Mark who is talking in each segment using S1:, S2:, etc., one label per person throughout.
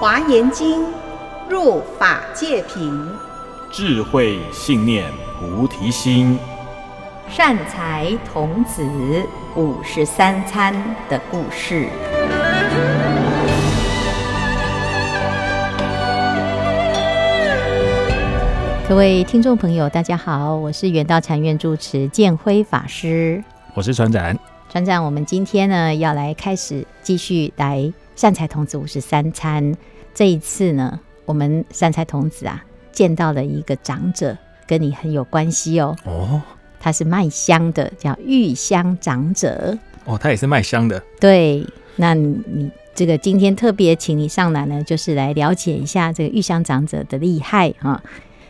S1: 华严经》入法界品，
S2: 智慧信念菩提心。
S3: 善财童子五十三参的故事。各位听众朋友，大家好，我是远道禅院住持建辉法师。
S4: 我是船长，
S3: 船长，我们今天呢要来开始继续来善财童子五十三餐。这一次呢，我们善财童子啊见到了一个长者，跟你很有关系哦。
S4: 哦
S3: 他是卖香的，叫玉香长者。
S4: 哦，他也是卖香的，
S3: 对，那你你这个今天特别请你上来呢，就是来了解一下这个玉香长者的厉害哈、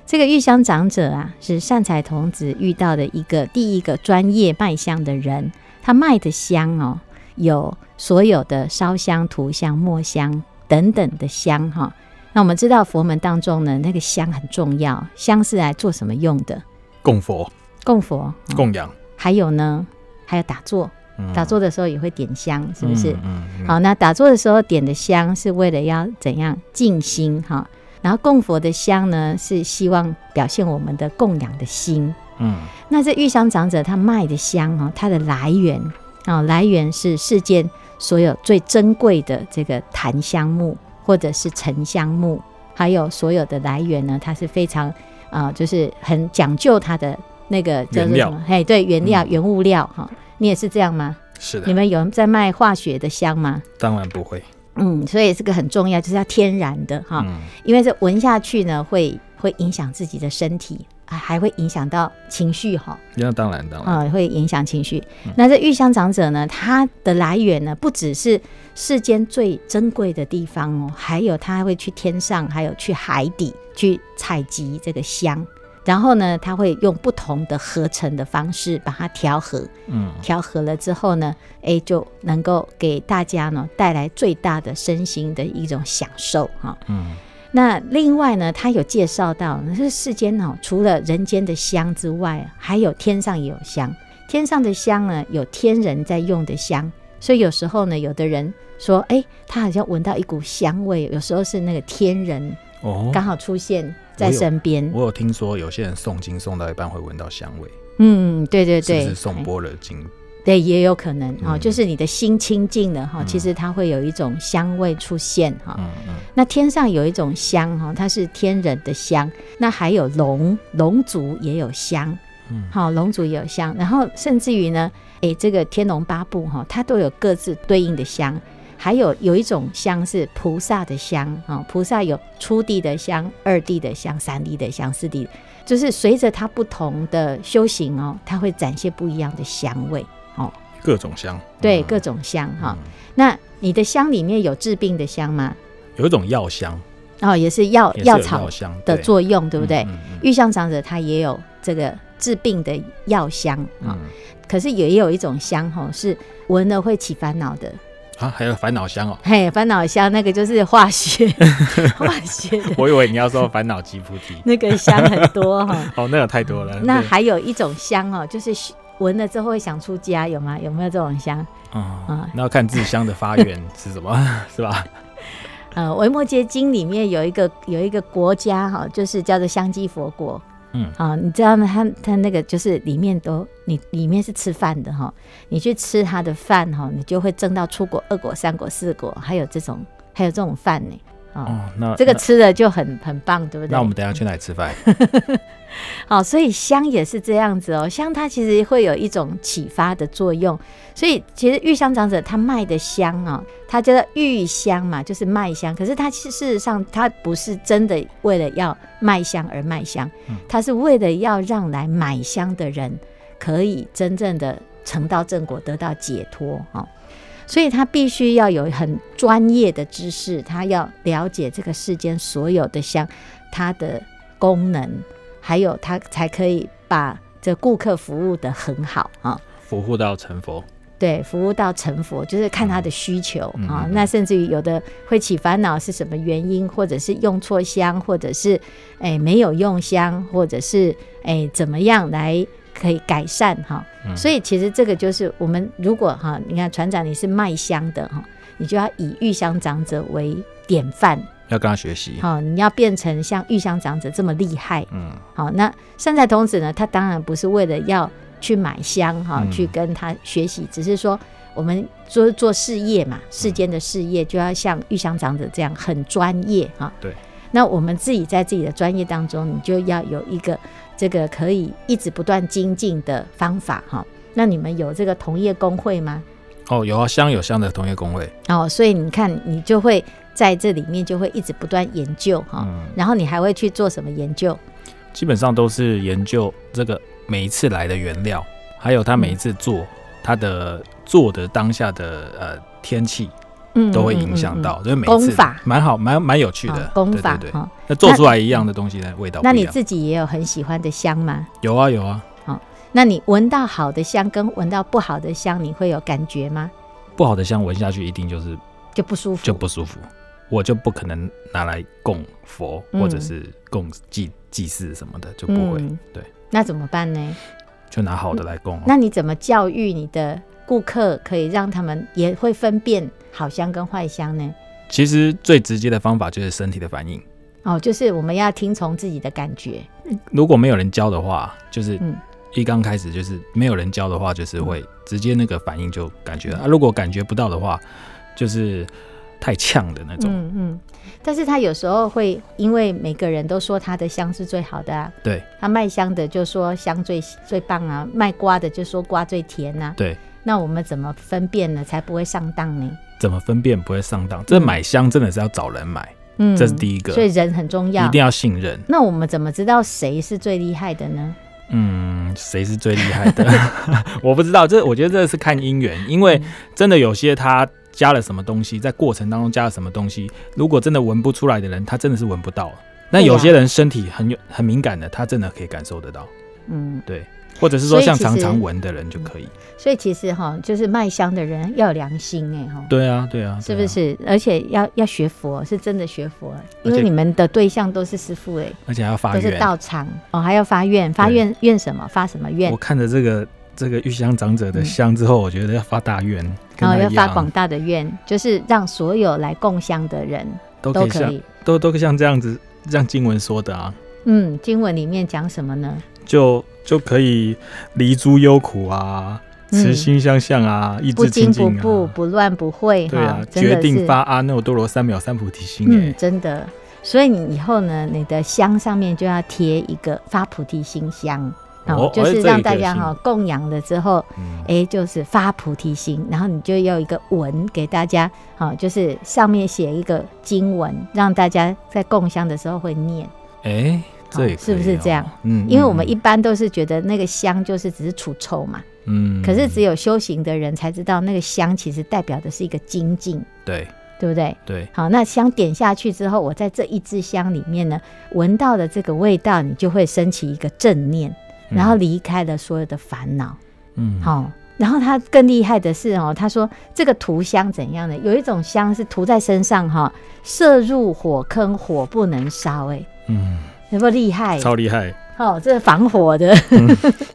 S3: 这个玉香长者啊，是善财童子遇到的一个第一个专业卖香的人，他卖的香哦，有所有的烧香、涂香、墨香等等的香哈、那我们知道佛门当中呢，那个香很重要，香是来做什么用的？
S4: 供佛、
S3: 供佛，哦
S4: 供养，
S3: 还有呢，还有打坐，
S4: 嗯
S3: 打坐的时候也会点香，是不是？
S4: 嗯嗯嗯
S3: 好，那打坐的时候点的香是为了要怎样静心哈，然后供佛的香呢是希望表现我们的供养的心。
S4: 嗯，
S3: 那这玉香长者他卖的香哦，它的来源啊、哦，来源是世间所有最珍贵的这个檀香木或者是沉香木，还有所有的来源呢，它是非常啊、呃就是很讲究它的那个叫做
S4: 原料
S3: 什
S4: 嗯
S3: 么？嘿，对，原料、原物料哈、你也是这样吗？
S4: 是
S3: 你
S4: 的，
S3: 们有在卖化学的香吗？
S4: 当然不会，
S3: 嗯，所以这个很重要，就是要天然的哈，
S4: 嗯
S3: 因为这闻下去呢，会会影响自己的身体，啊，还会影响到情绪哈，
S4: 那当然当然，
S3: 啊、会影响情绪。那这玉香长者呢，它的来源呢，不只是世间最珍贵的地方哦，还有他会去天上，还有去海底去采集这个香，然后呢，他会用不同的合成的方式把它调和，
S4: 嗯，
S3: 调和了之后呢，哎，就能够给大家呢带来最大的身心的一种享受哈。
S4: 嗯，
S3: 那另外呢，他有介绍到，这世间哦，除了人间的香之外，还有天上也有香。天上的香呢，有天人在用的香，所以有时候呢，有的人说，哎，他好像闻到一股香味，有时候是那个天人
S4: 哦，
S3: 刚好出现在
S4: 我有
S3: 身边。
S4: 我有听说有些人诵经诵到一半会闻到香味，
S3: 嗯，对对
S4: 是
S3: 对，
S4: 不是诵
S3: 哎
S4: 般若经？
S3: 对，也有可能哈、哦，
S4: 嗯
S3: 就是你的心清净了哈、
S4: 嗯
S3: 其实它会有一种香味出现哈、
S4: 嗯嗯，
S3: 那天上有一种香哈、它是天人的香，那还有龙龙族也有香，
S4: 嗯
S3: 好、龙族也有香，然后甚至于呢，诶，这个天龙八部哈、它都有各自对应的香。还有有一种香是菩萨的香啊、哦菩萨有初地的香、二地的香、三地的香、四地的，就是随着它不同的修行哦，它会展现不一样的香味。哦
S4: 各种香，
S3: 对，
S4: 嗯
S3: 各种香哈、
S4: 嗯
S3: 那你的香里面有治病的香吗？
S4: 有一种药香，
S3: 哦，也是药
S4: 也是有
S3: 药草
S4: 药香
S3: 的
S4: 对
S3: 作用，对不对？
S4: 嗯嗯嗯
S3: 玉香长者他也有这个治病的药香啊、
S4: 嗯
S3: 可是也有一种香哈、是闻了会起烦恼的。
S4: 啊，还有烦恼香哦，
S3: 嘿，烦恼香那个就是化学化学的，
S4: 我以为你要说烦恼即菩提
S3: 那个香很多哈、
S4: 哦，那个太多了，
S3: 那
S4: 对
S3: 还有一种香哦，就是闻了之后会想出家，有吗？有没有这种香？
S4: 哦
S3: 啊，
S4: 那要看自香的发源是什么， 是吧？
S3: 呃，《维摩诘经》里面有一个有一个国家哈、就是叫做香积佛国。
S4: 嗯
S3: 啊、你知道吗？他他那个就是里面都你里面是吃饭的哈、你去吃他的饭哈、你就会挣到出国、二国、三国、四国，还有这种还有这种饭呢。啊、
S4: 哦，那
S3: 这个
S4: 那
S3: 吃的就很很棒，对不对？
S4: 那我们等一下去哪里 吃饭？
S3: 哦，所以香也是这样子哦，香它其实会有一种启发的作用，所以其实玉香长者他卖的香哦，他叫做玉香嘛，就是卖香，可是他其实事实上他不是真的为了要卖香而卖香，他是为了要让来买香的人可以真正的成道正果，得到解脱哦。所以他必须要有很专业的知识，他要了解这个世间所有的香，它的功能，还有他才可以把这顾客服务的很好啊。
S4: 服务到成佛，
S3: 对，服务到成佛就是看他的需求
S4: 嗯
S3: 啊、
S4: 嗯嗯
S3: 那甚至于有的会起烦恼是什么原因，或者是用错香，或者是哎没有用香，或者是哎怎么样来可以改善哈、
S4: 嗯
S3: 所以其实这个就是我们如果哈、你看船长你是卖香的哈、你就要以玉香长者为典范。
S4: 要跟他学习。
S3: 好、你要变成像玉香长者这么厉害，
S4: 嗯，
S3: 好、那善财童子呢，他当然不是为了要去买香哈、
S4: 嗯
S3: 去跟他学习，只是说我们做做事业嘛，世间的事业就要像玉香长者这样很专业哈、
S4: 对。
S3: 那我们自己在自己的专业当中，你就要有一个这个可以一直不断精进的方法哈、那你们有这个同业工会吗？
S4: 哦，有啊，香有香的同业工会，
S3: 哦，所以你看，你就会在这里面就会一直不断研究哈、
S4: 嗯
S3: 然后你还会去做什么研究？
S4: 基本上都是研究这个每一次来的原料，还有他每一次
S3: 嗯
S4: 做他的做的当下的呃天气
S3: 嗯
S4: 都会影响
S3: 嗯嗯
S4: 到，所以每一
S3: 功
S4: 次
S3: 法
S4: 蛮好，蛮蛮有趣
S3: 嗯
S4: 的
S3: 哦功法
S4: 对对对，
S3: 哈。
S4: 那做出来一样的东西呢，味道不
S3: 那
S4: 一
S3: 你
S4: 样。
S3: 自己也有很喜欢的香吗？
S4: 有啊有啊，
S3: 那你闻到好的香跟闻到不好的香，你会有感觉吗？
S4: 不好的香闻下去一定就是
S3: 就不舒服，
S4: 就不舒服，我就不可能拿来供佛、
S3: 嗯
S4: 或者是供祭祭祀什么的，就不会。
S3: 嗯
S4: 对，
S3: 那怎么办呢？
S4: 就拿好的来供、哦。
S3: 那你怎么教育你的顾客，可以让他们也会分辨好香跟坏香呢？
S4: 其实最直接的方法就是身体的反应。
S3: 哦，就是我们要听从自己的感觉，
S4: 如果没有人教的话，就是
S3: 嗯
S4: 一刚开始就是没有人教的话，就是会直接那个反应就感觉、啊，如果感觉不到的话，就是太呛的那种。
S3: 嗯嗯。但是他有时候会因为每个人都说他的香是最好的啊，
S4: 对
S3: 他卖香的就说香最最棒啊，卖瓜的就说瓜最甜啊，
S4: 对，
S3: 那我们怎么分辨呢？才不会上当呢？
S4: 怎么分辨不会上当？这买香真的是要找人买，
S3: 嗯
S4: 这是第一个
S3: 所以人很重要。
S4: 一定要信任。
S3: 那我们怎么知道谁是最厉害的呢？
S4: 嗯，谁是最厉害的？ 我不知道，这我觉得这是看姻缘，
S3: 嗯
S4: 因为真的有些他加了什么东西，在过程当中加了什么东西，如果真的闻不出来的人，他真的是闻不到。那
S3: 对啊
S4: 有些人身体很有很敏感的，他真的可以感受得到，
S3: 嗯，
S4: 对，或者是
S3: 所
S4: 说
S3: 以
S4: 像
S3: 其
S4: 常常
S3: 实
S4: 闻的人就可以。
S3: 所以其实哈，就是卖香的人要有良心哎哈，
S4: 对啊，对啊，
S3: 是
S4: 对
S3: 不
S4: 啊？
S3: 是？而且要要学佛，是真的学佛，欸因
S4: 而
S3: 为
S4: 且
S3: 你们的对象都是师傅哎，
S4: 而且还要发
S3: 都是
S4: 愿。
S3: 道场哦，还要发愿，发
S4: 对
S3: 愿愿什么？发什么愿
S4: 我？看着这个这个玉香长者的香之后，我觉得要发大愿，跟
S3: 然后
S4: 他
S3: 哦要
S4: 一
S3: 发
S4: 样
S3: 广，大的愿，就是让所有来供香的人
S4: 都可
S3: 都
S4: 以
S3: 可
S4: 像
S3: 以。
S4: 都都像这样子，像经文说的啊，
S3: 嗯，经文里面讲什么呢？
S4: 就就可以离诸忧苦啊，
S3: 嗯
S4: 慈心相向啊，意
S3: 不
S4: 志
S3: 惊
S4: 清
S3: 不
S4: 净啊，
S3: 怖，不乱不会
S4: 对
S3: 哈
S4: 啊，，
S3: 真的
S4: 决
S3: 是
S4: 定发阿耨多罗三藐三菩提心哎、
S3: 嗯，真的。所以你以后呢，你的香上面就要贴一个发菩提心香，
S4: 哦
S3: 就
S4: 哎
S3: 是
S4: 这
S3: 让
S4: 也
S3: 大
S4: 可以
S3: 家
S4: 信
S3: 哈、供养了之后，
S4: 嗯
S3: 哎、就是发菩提心，然后你就要一个文给大家，好、就是上面写一个经文，让大家在供香的时候会念，
S4: 哎、这也可以
S3: 嗯
S4: 哦、
S3: 是不是这样
S4: 嗯？嗯，
S3: 因为我们一般都是觉得那个香就是只是除臭嘛，
S4: 嗯，
S3: 可是只有修行的人才知道那个香其实代表的是一个精进，
S4: 对
S3: 对不对？
S4: 对
S3: 好，那香点下去之后，我在这一支香里面呢，闻到了这个味道，你就会升起一个正念，
S4: 嗯
S3: 然后离开了所有的烦恼。
S4: 嗯
S3: 好、然后他更厉害的是哦，他说这个涂香怎样呢？有一种香是涂在身上哈、射入火坑，火不能烧，哎，
S4: 嗯，
S3: 有没有厉害？
S4: 超厉害，
S3: 哦，这是防火的。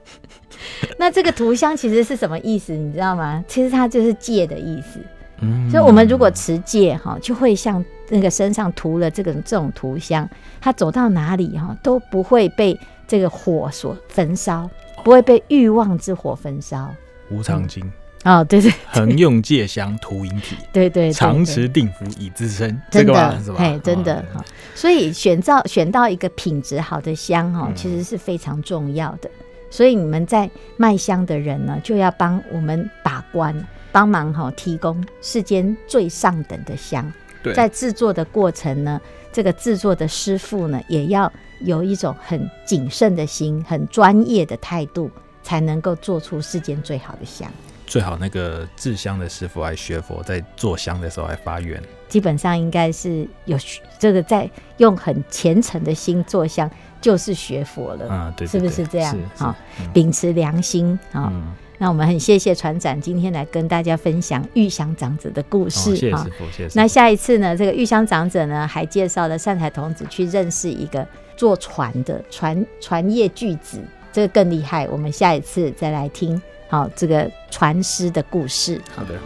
S3: 那这个涂香其实是什么意思？你知道吗？其实它就是戒的意思。
S4: 嗯，
S3: 所以，我们如果持戒哈，就会像那个身上涂了这个这种涂香，它走到哪里哈都不会被这个火所焚烧，不会被欲望之火焚烧。
S4: 无常经
S3: 哦，对对
S4: 恒用戒香图引体，
S3: 对对对，
S4: 常
S3: 对
S4: 持定福以自身，这
S3: 真
S4: 个吧
S3: 的
S4: 是，吧？
S3: 哎，真的
S4: 啊
S3: 哈。所以选造选到一个品质好的香哈，
S4: 嗯
S3: 其实是非常重要的。所以你们在卖香的人呢，就要帮我们把关，帮忙哈提供世间最上等的香。
S4: 对
S3: 在制作的过程呢，这个制作的师傅呢，也要有一种很谨慎的心、很专业的态度，才能够做出世间最好的香。
S4: 最好那个制香的师傅还学佛，在做香的时候还发愿，
S3: 基本上应该是有学这个在用很虔诚的心做香，就是学佛了，
S4: 嗯，对对
S3: 是不
S4: 对
S3: 是这样
S4: 是？是
S3: 好，
S4: 嗯
S3: 秉持良心啊、好
S4: 嗯，
S3: 那我们很谢谢船长今天来跟大家分享玉香长者的故
S4: 好，哦谢
S3: 事
S4: 谢
S3: 啊、
S4: 师傅，谢谢师
S3: 那
S4: 傅
S3: 下一次呢，这个玉香长者呢，还介绍了善财童子去认识一个做船的船船业巨子，这个更厉害。我们下一次再来听好、这个船师的故事。
S4: 好的。